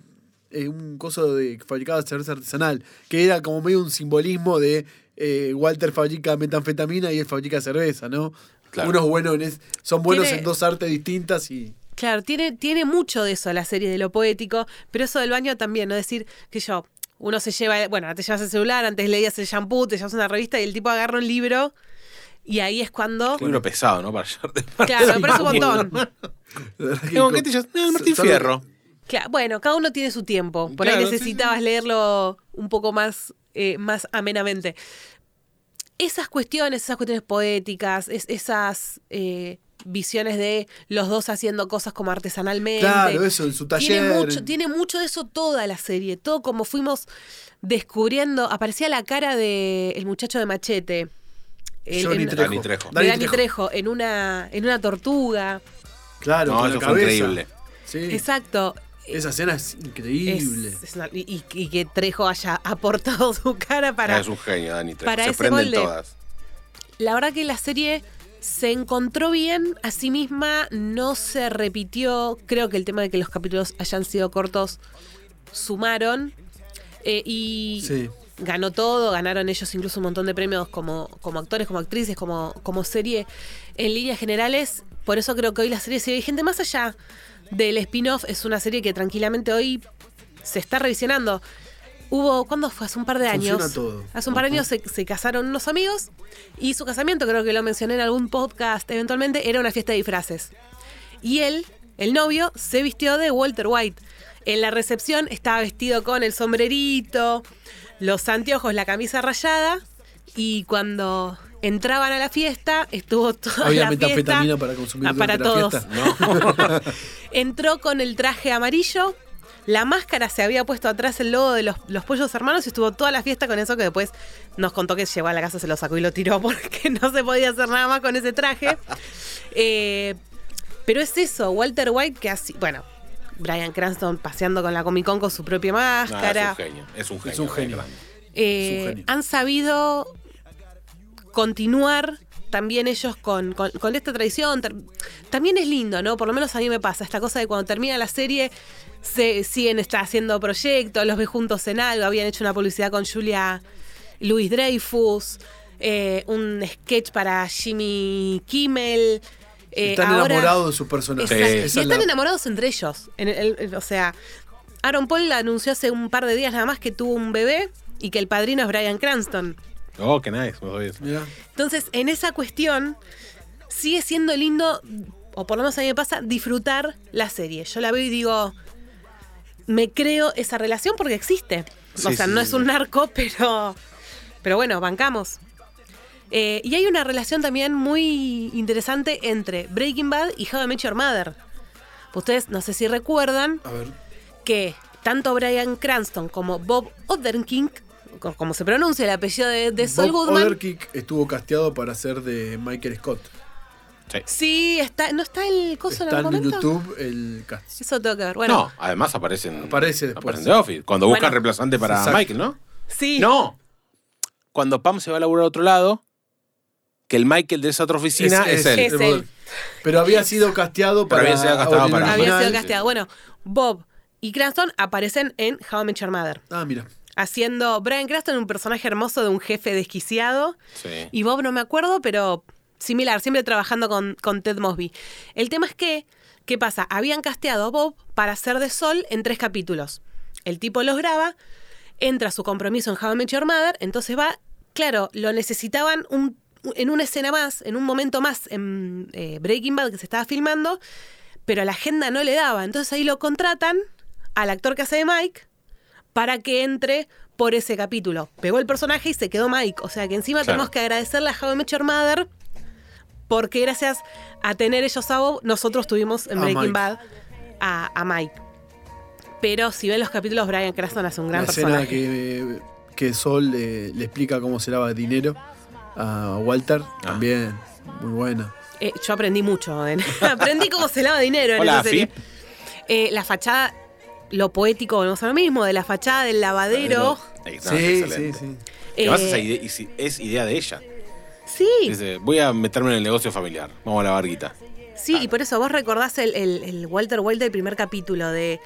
eh, un coso de que fabricaba cerveza artesanal. Que era como medio un simbolismo de eh, Walter fabrica metanfetamina y él fabrica cerveza, ¿no?
Claro.
Unos buenos en es- son buenos
Tiene-
en dos artes distintas y.
Claro, tiene, tiene mucho de eso la serie de lo poético, pero eso del baño también, ¿no? Decir que yo, uno se lleva, bueno, te llevas el celular, antes leías el shampoo, te llevas una revista y el tipo agarra un libro y ahí es cuando...
Un libro pesado, ¿no? Para llevarte.
Claro, pero es un montón.
la verdad que-
Digo, ¿qué te llevas? No, el Martín
Solo-
Fierro.
Claro, bueno, cada uno tiene su tiempo. Por ahí
Claro, sí,
necesitabas leerlo un poco más, eh, más amenamente. Esas cuestiones, esas cuestiones poéticas, es- esas eh, visiones de los dos haciendo cosas como artesanalmente.
Claro, eso, en su taller.
Tiene mucho, tiene mucho de eso toda la serie, todo como fuimos descubriendo, aparecía la cara de el muchacho de machete. El-
Johnny
en-
Trejo.
Dani Trejo.
de Dani Trejo, en una, en una tortuga.
Claro,
No,
con la
eso fue
cabeza.
increíble.
Sí.
Exacto.
Esa escena es
Es-
increíble.
es una- y, y- y que Trejo haya aportado su cara para.
es un genio, Dani Trejo.
para
Se
ese
prenden
molde.
todas.
La verdad que la serie se encontró bien a sí misma, no se repitió. Creo que el tema de que los capítulos hayan sido cortos sumaron. Eh, y
Sí.
ganó todo, ganaron ellos incluso un montón de premios como, como actores, como actrices, como, como serie en líneas generales. Por eso creo que hoy la serie sigue vigente. Más allá del spin-off, es una serie que tranquilamente hoy se está revisionando. Hubo, ¿cuándo fue? Hace un par de
Funciona
años.
todo.
Hace un par de años se, se casaron unos amigos y su casamiento, creo que lo mencioné en algún podcast eventualmente, era una fiesta de disfraces. Y él, el novio, se vistió de Walter White. En la recepción estaba vestido con el sombrerito, los anteojos, la camisa rayada. Y cuando entraban a la fiesta, estuvo toda
Había
la
metanfetamina
fiesta-
para consumir
Ah, para
durante la
todos.
fiesta.
Entró con el traje amarillo. La máscara se había puesto atrás el logo de los, los pollos hermanos y estuvo toda la fiesta con eso que después nos contó que llegó a la casa, se lo sacó y lo tiró porque no se podía hacer nada más con ese traje. Eh, pero es eso, Walter White que así, bueno, Brian Cranston paseando con la Comic Con con su propia
No,
máscara.
Ah, es un genio. Es un genio.
Es un genio.
grande.
Eh,
Es un genio.
han sabido continuar también ellos con, con- con esta tradición. Ter- También es lindo, ¿no? Por lo menos a mí me pasa, esta cosa de cuando termina la serie, se siguen está, haciendo proyectos, los ve juntos en algo, habían hecho una publicidad con Julia Luis Dreyfus, eh, un sketch para Jimmy Kimmel. eh,
están
ahora-
enamorados de sus personajes.
Exacto.
Sí.
Y
Esa es
están
la-
enamorados entre ellos. En el- el- o sea, Aaron Paul anunció hace un par de días nada más que tuvo un bebé y que el padrino es Brian Cranston.
Oh, qué nice. no sabía eso.
Mirá.
Entonces, en esa cuestión, sigue siendo lindo, o por lo menos a mí me pasa, disfrutar la serie. Yo la veo y digo, me creo esa relación porque existe. o
Sí,
sea,
sí,
no
sí.
es un narco, pero, pero bueno, bancamos. Eh, y hay una relación también muy interesante entre Breaking Bad y How I Met Your Mother. Ustedes no sé si recuerdan
A ver.
que tanto Brian Cranston como Bob Odenkirk, co- como se pronuncia el apellido de, de Saul
Bob
Goodman.
Odenkirk estuvo casteado para ser de Michael Scott.
Sí, está, ¿no está el coso en
Está
algún
en
momento?
YouTube el cast.
Eso tengo que ver. Bueno,
no, además aparecen.
Aparece después.
aparecen de Office. Cuando buscan
Bueno.
reemplazante para
Exacto.
Michael, ¿no?
sí.
No. Cuando Pam se va a laburar a otro lado, que el Michael de esa otra oficina es, él.
es-
el
él.
Bob. Pero había sido casteado
Pero
para.
había sido casteado
original.
para-
había sido
Sí.
casteado. Bueno, Bob y Cranston aparecen en How I Met Your Mother,
Ah, mira.
haciendo Brian Cranston un personaje hermoso de un jefe desquiciado.
Sí.
Y Bob no me acuerdo, pero similar, siempre trabajando con, con Ted Mosby. El tema es que, ¿qué pasa? Habían casteado a Bob para ser de Sol en tres capítulos. El tipo los graba, entra a su compromiso en How I Met Your Mother, entonces va, claro, lo necesitaban un- en una escena más, en un momento más, en eh, Breaking Bad que se estaba filmando, pero la agenda no le daba. Entonces ahí lo contratan al actor que hace de Mike para que entre por ese capítulo. Pegó el personaje y se quedó Mike. O sea que encima
Claro.
tenemos que agradecerle a How I Met Your Mother porque gracias a tener ellos a Bob, nosotros tuvimos en
A
Breaking
Mike.
Bad a, a Mike. Pero si ven los capítulos, Brian Cranston hace un gran
la
personaje.
escena que, que Sol le, le explica cómo se lava dinero a Walter.
Ah.
También. Muy buena.
Eh, yo aprendí mucho. en- aprendí cómo se lava dinero en
Hola,
esa serie.
Fip.
Eh, la fachada, lo poético, volvemos a lo mismo, de la fachada del lavadero.
Eh, no,
sí, sí,
excelente.
sí.
Que además
Eh,
esa ide- y si- es idea de ella.
Sí,
Dice, voy a meterme en el negocio familiar. Vamos a la barguita.
sí, y por eso vos recordás el, el- el Walter Wilde del primer capítulo, de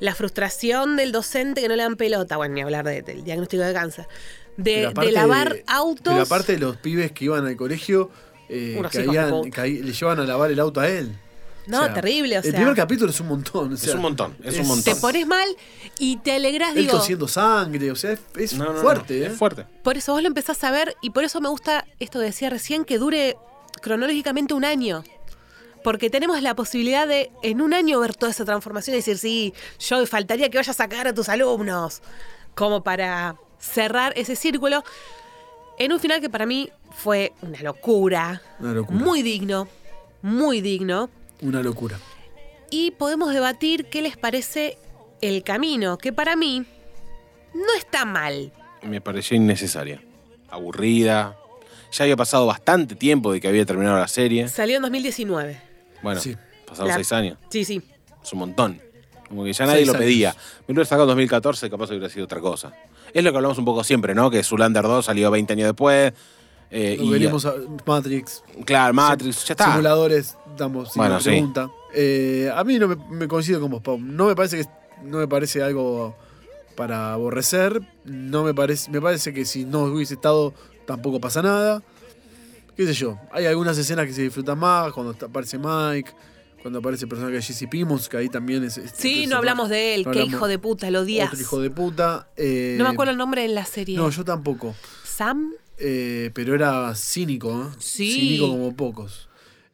la frustración del docente que no le dan pelota, bueno, ni hablar de- del diagnóstico de cáncer, de,
Pero
de
aparte-
lavar autos.
Pero aparte de los pibes que iban al colegio, eh,
Unos hijos de
caían,
puta.
caí- le llevan a lavar el auto a él.
No, terrible, o
El
sea.
primer capítulo es un montón. o sea,
es un montón, es
es-
un montón.
te pones mal y te alegrás,
Él
digo.
tosiendo sangre, o sea, es, es
No, no, no,
fuerte, ¿eh?
Es fuerte.
Por eso vos lo empezás a ver y por eso me gusta esto que decía recién, que dure cronológicamente un año. Porque tenemos la posibilidad de en un año ver toda esa transformación y decir, sí, yo faltaría que vayas a sacar a tus alumnos. Como para cerrar ese círculo. En un final que para mí fue una locura.
Una locura.
Muy digno. Muy digno.
Una locura.
Y podemos debatir qué les parece el camino, que para mí no está mal.
Me pareció innecesaria. Aburrida. Ya había pasado bastante tiempo de que había terminado la serie.
Salió en 2019.
Bueno,
Sí.
pasaron
La-
seis años.
Sí, sí.
Es un montón. Como que ya nadie
Seis
lo
años.
pedía. Me lo hubiera sacado en 2014, capaz hubiera sido otra cosa. Es lo que hablamos un poco siempre, ¿no? Que Zulander 2 salió 20 años después. eh,
Nos
y,
venimos a Matrix,
claro, Matrix, ya está.
simuladores, damos sin
Bueno,
la
sí.
pregunta. Eh, a mí no me, me coincido con vos, Pau. No me parece que no me parece algo para aborrecer. No me parece, me parece que si no hubiese estado tampoco pasa nada. Qué sé yo. Hay algunas escenas que se disfrutan más, cuando está- aparece Mike, cuando aparece el personaje de JC Pimos, que ahí también es. es-
Sí,
es-
no hablamos de él,
no
qué
hablamos-
hijo de puta, lo odias.
Otro hijo de puta. eh,
No me acuerdo el nombre en la serie.
No, yo tampoco.
¿Sam?
Eh, pero era cínico, ¿eh?
Sí.
Cínico como pocos.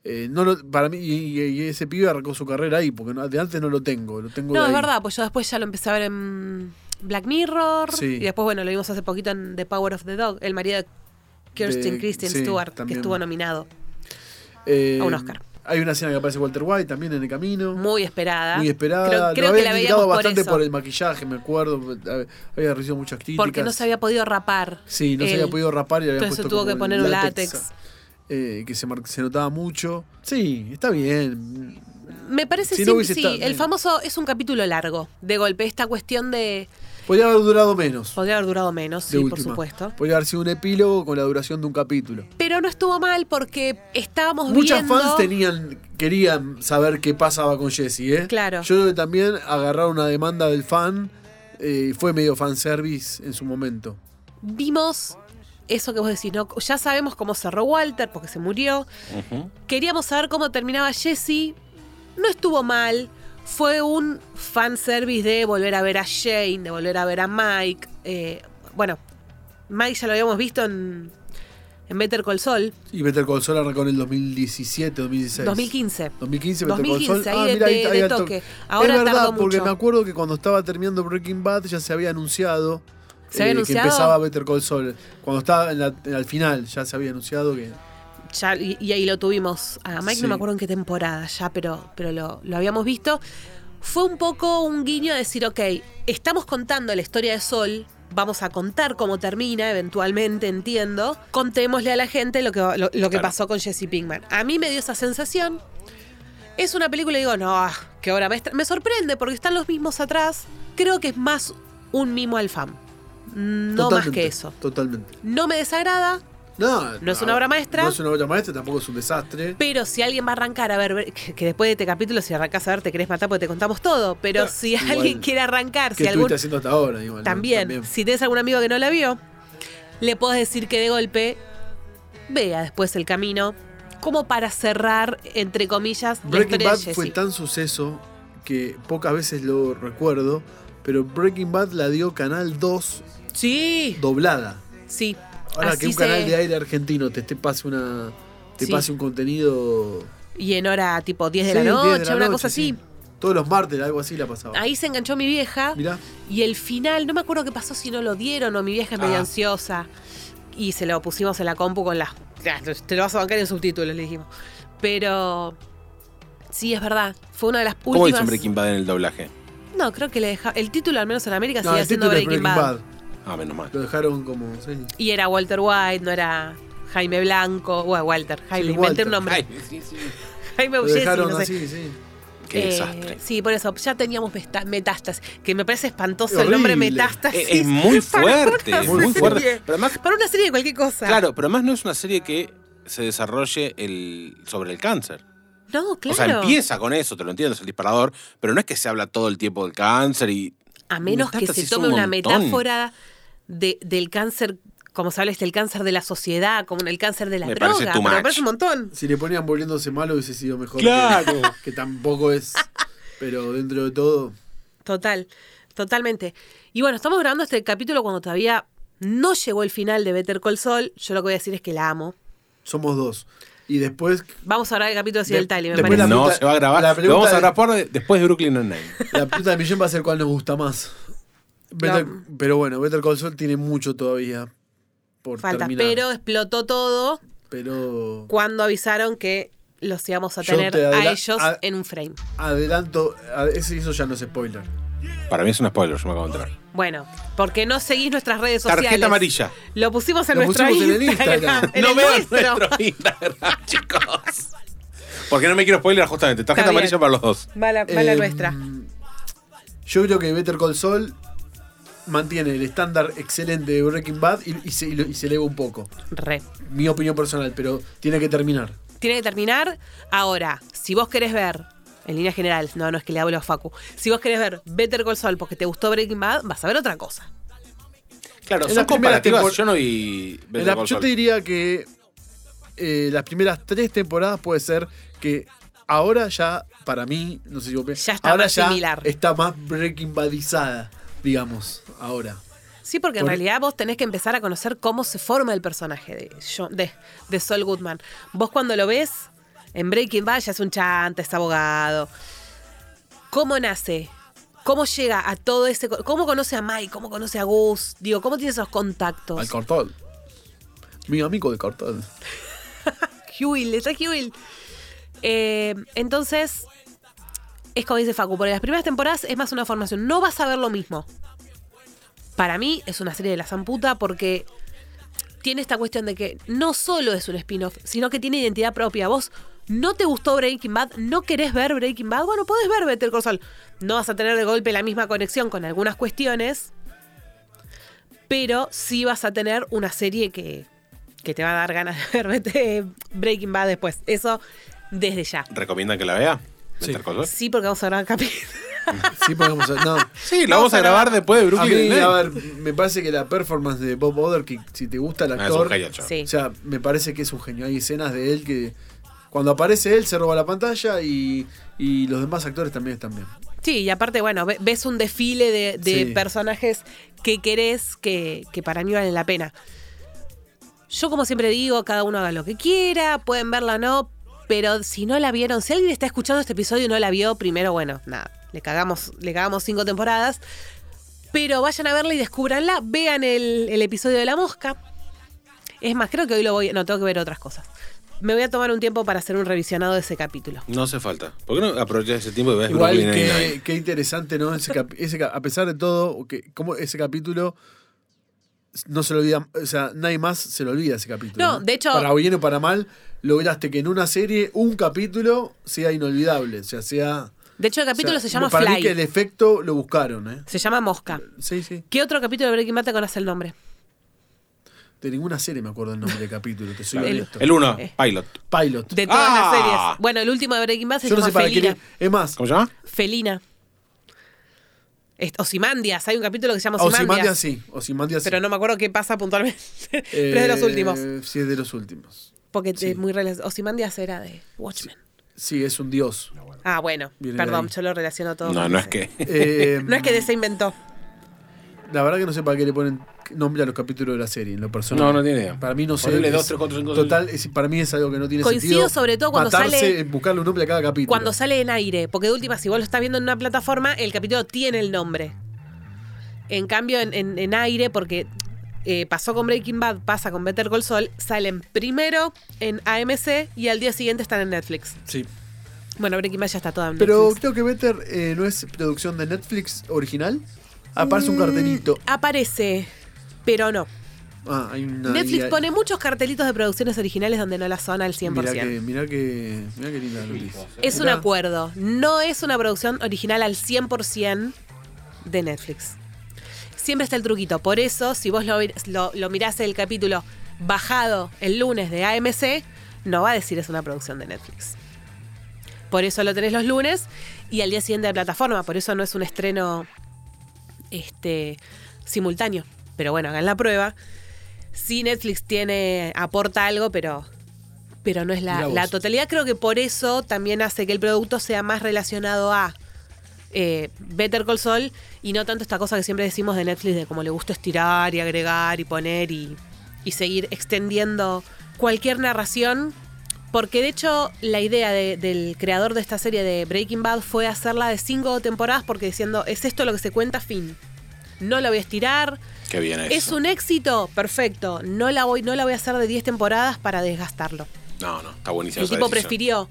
Eh, no lo- para mí, y, y- y ese pibe arrancó su carrera ahí, porque no- de antes no lo tengo. Lo tengo
No,
de
es
ahí.
verdad, pues yo después ya lo empecé a ver en Black Mirror.
Sí.
Y después, bueno, lo vimos hace poquito en The Power of the Dog, el marido de Kirsten
De-
Christian
sí,
Stewart,
también.
que estuvo nominado.
Eh,
a un Oscar.
Hay una escena que aparece Walter White también en el camino.
Muy esperada.
Muy esperada.
Creo,
Lo
creo que
habían
la
criticado
veíamos por
bastante
eso.
el maquillaje, me acuerdo. hab- Había recibido muchas críticas.
porque no se había podido rapar. Eh,
Sí, no
él.
se había podido rapar y le habían
Entonces
puesto
tuvo
como
que
el
poner un látex.
eh, que se, mar- se notaba mucho. Sí, está bien.
Me parece
Si
sí,
no hubiese
sí,
estado-
el famoso es un capítulo largo. De golpe, esta cuestión de.
Podría haber durado menos.
Podría haber durado menos, sí,
de
por
última.
supuesto.
Podría haber sido un epílogo con la duración de un capítulo.
Pero no estuvo mal porque estábamos
Muchas
viendo.
fans tenían, querían saber qué pasaba con Jesse, ¿eh?
Claro.
Yo creo que también agarraron una demanda del fan eh, y fue medio fanservice en su momento.
Vimos eso que vos decís, ¿no? Ya sabemos cómo cerró Walter porque se murió.
Ujú.
Queríamos saber cómo terminaba Jesse. No estuvo mal. Fue un fanservice de volver a ver a Shane, de volver a ver a Mike. Eh, bueno, Mike ya lo habíamos visto en, en Better Call Saul,
Y Better Call Saul arrancó en el 2017, 2016.
2015.
2015, Better
2015,
Call Saul. Ah,
ahí de-
mirá,
de-
ahí
de
al
toque. Ahora
es verdad,
tardó
porque
mucho.
me acuerdo que cuando estaba terminando Breaking Bad ya se había anunciado, eh,
¿Se había
que
anunciado?
empezaba Better Call Saul. Cuando estaba en la- en- al final ya se había anunciado que...
Ya- y, y ahí lo tuvimos a Mike,
Sí.
no me acuerdo en qué temporada ya, pero, pero lo, lo habíamos visto. Fue un poco un guiño a decir, ok, estamos contando la historia de Sol vamos a contar cómo termina, eventualmente, entiendo. Contémosle a la gente lo que, lo, lo que
Claro.
pasó con Jesse Pinkman. A mí me dio esa sensación. Es una película y digo, no, ah, qué hora maestra. Me sorprende porque están los mismos atrás. Creo que es más un mimo al fan. No más
Totalmente,
que eso.
Totalmente.
No me desagrada,
No,
No es
a
una
ver,
obra maestra.
No es una obra maestra, tampoco es un desastre.
pero si alguien va a arrancar a ver, ver- que, que después de este capítulo, si arrancas a ver, te querés matar porque te contamos todo. Pero
Claro,
si
igual
alguien quiere arrancar, si
¿Qué estuviste
algún.
haciendo hasta ahora? Igual, ¿no?
También, si tenés algún amigo que no la vio, le podés decir que de golpe vea después el camino, como para cerrar, entre comillas, la
Breaking
historia de
Bad
Jesse.
fue tan suceso que pocas veces lo recuerdo, pero Breaking Bad la dio Canal 2
Sí,
doblada.
sí.
Ahora
Así
que un
se-
canal de aire argentino te, te pase una te
Sí.
pase un contenido
Y en hora tipo 10 de
Sí,
la
10
noche,
de
una
noche,
cosa así.
sí. Todos los martes algo así la pasaba.
Ahí se enganchó mi vieja.
Mirá,
Y el final, no me acuerdo qué pasó si no lo dieron o mi vieja es medio
Ah.
ansiosa. Y se lo pusimos en la compu con las. "Ya, Te lo vas a bancar en subtítulos, le dijimos. Pero. Sí, es verdad. Fue una de las
¿Cómo
últimas.
dicen Breaking Bad en el doblaje?
No, creo que le deja. El título, al menos en América,
no,
sigue
el
siendo
título es
Breaking, Bad.
Ah, menos mal.
Lo dejaron como sí.
Y era Walter White, no era Jaime Blanco. Bueno, Walter, Jaime,
Sí,
inventé
Walter.
un nombre.
Ay, sí, sí.
Jaime
Lo
Ugesi,
dejaron
no sé.
así, sí.
Qué
Eh,
desastre.
Sí, por eso, ya teníamos mesta- metástasis, que me parece espantoso el
Horrible.
nombre
Eh,
metástasis.
Es, muy
para una
fuerte, es muy
serie.
fuerte. Pero además,
Para una serie de cualquier cosa.
claro, pero además no es una serie que se desarrolle el, sobre el cáncer.
No, claro.
O sea, empieza con eso, te lo entiendo, es el disparador, pero no es que se habla todo el tiempo del cáncer y
A menos que se
Metástasis
tome
un
una
montón.
metáfora de- del cáncer, como se habla, es del cáncer de la sociedad, como el cáncer de la
Me
droga.
parece too
pero me
much.
parece un montón.
Si le ponían volviéndose malo hubiese sido mejor. que-
Claro.
Que, tampoco es. Pero dentro de todo.
Total, totalmente. Y bueno, estamos grabando este capítulo cuando todavía no llegó el final de Better Call Saul. Yo lo que voy a decir es que la amo.
Somos dos. Y después
Vamos a hablar del capítulo así
De-
del Tali, me
después
parece.
la
no
pregunta-
se va a grabar.
la
Lo vamos a
pregunta
grabar de- después de Brooklyn Nine-Nine.
La puta de millón va a ser cuál nos gusta más. Better-
No.
Pero bueno, Better Call Saul tiene mucho todavía por
Falta,
terminar.
pero explotó todo
Pero
cuando avisaron que los íbamos a
Yo
tener
te
a
adela-
ellos
a-
en un frame.
adelanto, a- ese- eso ya no es spoiler.
Para mí es un spoiler, yo me acabo de entrar.
Bueno, porque no seguís nuestras redes sociales.
Tarjeta amarilla.
Lo pusimos en
Lo
nuestro
pusimos en el
Instagram.
Instagram.
en el
no vean
nuestro.
nuestro Instagram, chicos. Porque no me quiero spoiler justamente. Tarjeta
Está bien.
amarilla para los dos.
Mala, mala
Eh,
nuestra.
Yo creo que Better Call Saul mantiene el estándar excelente de Breaking Bad y, y se, y lo- y se eleva un poco.
Re.
Mi opinión personal, pero tiene que terminar.
tiene que terminar. Ahora, si vos querés ver, en línea general, no, no es que le hablo a Facu, si vos querés ver Better Call Saul porque te gustó Breaking Bad, vas a ver otra cosa.
Claro,
En
son
la primera
comparativas.
tempor-
Yo no vi. Better
La-
Call
yo
Saul.
te diría que eh, las primeras tres temporadas puede ser que ahora ya, para mí, no sé si vos pensás,
Ya está
ahora
más similar.
está más Breaking Badizada, digamos, ahora.
Sí, porque en
Por- e-
realidad vos tenés que empezar a conocer cómo se forma el personaje de, John- de, de Saul Goodman. Vos cuando lo ves en Breaking Bad ya es un chanta, es abogado. ¿Cómo nace? ¿Cómo llega a todo ese... co- ¿Cómo conoce a Mike? ¿Cómo conoce a Gus? Digo, ¿cómo tiene esos contactos?
Al Cortol. Mi amigo de Cortol.
Huil, está Huil. Eh, entonces, es como dice Facu, porque las primeras temporadas es más una formación. No vas a ver lo mismo. Para mí es una serie de la zamputa porque tiene esta cuestión de que no solo es un spin-off, sino que tiene identidad propia. Vos no te gustó Breaking Bad, no querés ver Breaking Bad, bueno, podés ver Better Call Saul. No vas a tener de golpe la misma conexión con algunas cuestiones, pero sí vas a tener una serie que, que te va a dar ganas de ver vete, Breaking Bad después. Eso desde ya.
¿Recomiendan que la vea? Better Call Saul.
Sí, porque vamos a grabar capítulo.
Sí, podemos hacer- No.
Sí, la vamos a grabar después de
A
Brooklyn
mí, a
Nine-Nine.
ver, me parece que la performance de Bob Odenkirk, si te gusta el
Ah, es un
actor,
genio, chavo.
Sí.
o sea, me parece que es un genio. Hay escenas de él que cuando aparece él se roba la pantalla y, y los demás actores también están bien.
Sí, y aparte, bueno, ve- ves un desfile de, de
Sí.
personajes que querés que, que para mí valen la pena. Yo, como siempre digo, cada uno haga lo que quiera, pueden verla o no, pero si no la vieron, si alguien está escuchando este episodio y no la vio, primero, bueno, nada, le cagamos, le cagamos cinco temporadas. Pero vayan a verla y descubranla, vean el, el episodio de la mosca. Es más, creo que hoy lo voy. No, tengo que ver otras cosas. Me voy a tomar un tiempo para hacer un revisionado de ese capítulo.
No hace falta. ¿Por qué no aprovechas ese tiempo y ves
Igual
Brooklyn
que,
Nine-Nine?
qué interesante, ¿no? Ese cap- ese cap- a pesar de todo, que, como ese capítulo no se lo olvida, o sea, nadie más se lo olvida ese capítulo.
No, de hecho-
Para bien o para mal, lograste que en una serie un capítulo sea inolvidable. O sea, sea.
De hecho, el capítulo
o
se
sea,
llama
para mí
Fly.
que el efecto lo buscaron, ¿eh?
Se llama Mosca.
Sí, sí.
¿Qué otro capítulo de Breaking Bad te conoce el nombre?
De ninguna serie me acuerdo el nombre del capítulo, te soy
El- Eh.
honesto.
El 1, Pilot.
Pilot.
De todas
Ah.
las series. Bueno, el último de Breaking Bad se
Yo no
llama
sé para
Felina.
qué. Es más,
¿Cómo se llama?
Felina. Est- Osimandias, hay un capítulo que se llama
Osimandia
Osimandias.
sí. Osimandia sí.
Pero no me acuerdo qué pasa puntualmente. Pero es de los
Eh,
últimos.
Sí, es de los últimos.
Porque te-
sí.
es muy relacionado. Osimandias era de Watchmen.
Sí, es un dios.
Ah, bueno.
Viene de
Perdón,
ahí.
yo lo relaciono todo.
No,
con
no es
ese.
que.
Eh,
No es que se inventó.
La verdad que no sé para qué le ponen nombre a los capítulos de la serie, en lo personal.
No, no tiene idea.
Para mí no sé.
Ponele dos,
es-
tres, cuatro, cinco,
Total, es- para mí es algo que no tiene
Coincido
sentido.
sobre todo cuando
matarse
sale-
en buscarle un nombre a cada capítulo.
Cuando sale en aire. Porque de última, si vos lo estás viendo en una plataforma, el capítulo tiene el nombre. En cambio, en, en- en aire, porque eh, pasó con Breaking Bad, pasa con Better Call Saul, salen primero en AMC y al día siguiente están en Netflix.
Sí.
Bueno, Breaking Bad ya está toda en
Pero
Netflix.
creo que Better eh, no es producción de Netflix original. Aparece
Mm.
un cartelito.
Aparece, pero no.
Ah, hay una.
Netflix
y-
pone muchos cartelitos de producciones originales donde no las son al 100%.
Mirá que, mirá que, mirá que linda la noticia.
Es un
Mirá.
acuerdo. No es una producción original al 100% de Netflix. Siempre está el truquito. Por eso, si vos lo, lo, lo mirás el capítulo bajado el lunes de AMC, no va a decir es una producción de Netflix. Por eso lo tenés los lunes y al día siguiente de plataforma. Por eso no es un estreno este, simultáneo. Pero bueno, hagan la prueba. Sí, Netflix tiene, aporta algo, pero, pero no es
Mirá
la,
vos.
la totalidad. Creo que por eso también hace que el producto sea más relacionado a eh, Better Call Saul y no tanto esta cosa que siempre decimos de Netflix de cómo le gusta estirar y agregar y poner y, y seguir extendiendo cualquier narración. Porque de hecho la idea de- del creador de esta serie de Breaking Bad fue hacerla de cinco temporadas porque diciendo, es esto lo que se cuenta, fin. No la voy a estirar,
Qué bien eso.
es un éxito, perfecto. No la voy, no la voy a hacer de 10 temporadas para desgastarlo.
No, no, está buenísimo.
El
esa
tipo
decisión.
prefirió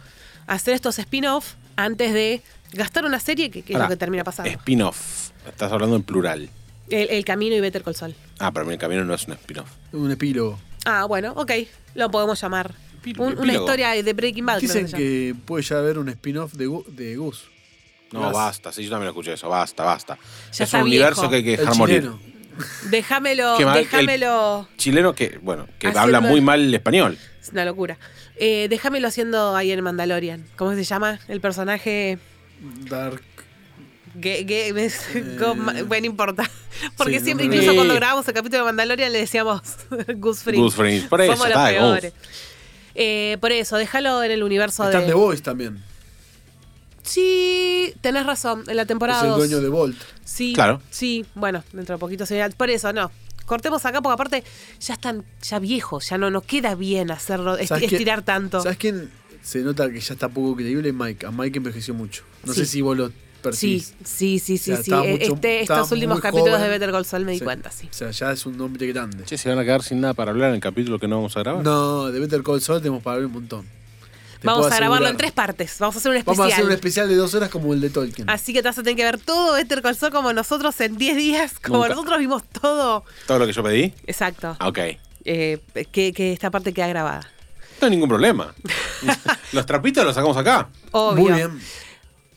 hacer estos spin-off antes de gastar una serie, que, que es lo
Pará,
que termina pasando.
Spin-off. Estás hablando en plural.
El, El Camino y Better Call Saul.
Ah, para mí el camino no es un spin-off.
Un epílogo.
Ah, bueno, ok. Lo podemos llamar.
Epí-
Un- una
epílogo.
historia de Breaking Bad. creo
Dicen
se llama.
que puede ya haber un spin-off de, Gu- de Gus.
No,
Gus.
basta. Sí, yo también escuché eso. Basta, basta.
Ya
es
está
un
viejo.
universo que hay que
El
dejar morir.
chileno.
Déjamelo,
Qué mal, el-
déjamelo.
Chileno que, bueno, que
Haciendo
habla muy
el-
mal el español.
Es una locura. Eh, déjamelo haciendo ahí en Mandalorian. ¿Cómo se llama? El personaje.
Dark.
Que, que- Goma- bueno, importa. Porque
sí, no
siempre,
me-
incluso
Sí.
cuando grabamos el capítulo de Mandalorian, le decíamos Goose Fring.
Goose Fring. Por eso,
Somos los
está, Goose.
peores. Eh, por eso, déjalo en el universo
Está
de.
en The Voice también.
Sí, tenés razón. En la temporada
Es el
dos.
dueño de Volt.
Sí.
Claro.
Sí, bueno, dentro de poquito se verá. Por eso, no. Cortemos acá porque aparte ya están ya viejos, ya no nos queda bien hacerlo, est-
¿Sabes quién-
estirar tanto.
¿Sabes quién se nota que ya está poco creíble? Mike. A Mike envejeció mucho. No
Sí.
sé si vos lo
Sí,
percibís.
sí, sí, sí,
O sea,
sí.
está mucho-
Este-
está
estos últimos
muy
capítulos
joven.
de Better Call Saul me di
Sí.
cuenta, sí.
O sea, ya es un nombre grande.
Che, se van a quedar sin nada para hablar en el capítulo que no vamos a grabar.
No, de Better Call Saul tenemos para hablar un montón. Te
Vamos a
puedo
grabarlo
asegurar.
en tres partes. Vamos a hacer un especial.
Vamos a hacer un especial de dos horas como el de Tolkien.
Así que te vas a tener que ver todo Better Call Saul como nosotros en 10 días, como
Nunca.
nosotros vimos todo.
¿Todo lo que yo pedí?
Exacto.
Ah, ok.
Eh, que, que esta parte queda grabada.
No hay ningún problema. los trapitos los sacamos acá.
Obvio.
Muy bien.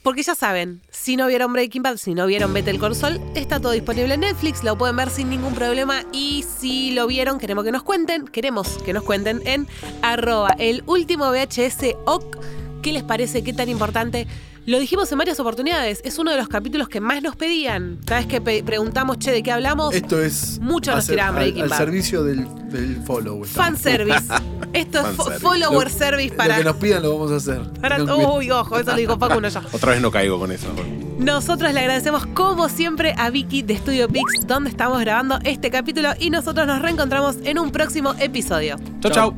Porque ya saben, si no vieron Breaking Bad, si no vieron Better Call Saul, está todo disponible en Netflix, lo pueden ver sin ningún problema. Y si lo vieron, queremos que nos cuenten, queremos que nos cuenten en arroba el último VHS OC. ¿Qué les parece? ¿Qué tan importante? Lo dijimos en varias oportunidades, es uno de los capítulos que más nos pedían. Cada vez que pe- preguntamos, che, ¿de qué hablamos?
Esto es.
Mucho nos
hacer-
tiraba
al,
Breaking
al
Bad.
servicio del, del follow. está.
Fanservice. Esto es fo-
Fanservice.
follower
Lo-
service
Lo
para.
que nos pidan lo vamos a hacer.
para-
Tengan cuidado.
uy, ojo, eso lo dijo Paco uno ya.
Otra vez no caigo con eso.
Nosotros le agradecemos como siempre a Vicky de Studio Pix, donde estamos grabando este capítulo y nosotros nos reencontramos en un próximo episodio.
Chau, chau.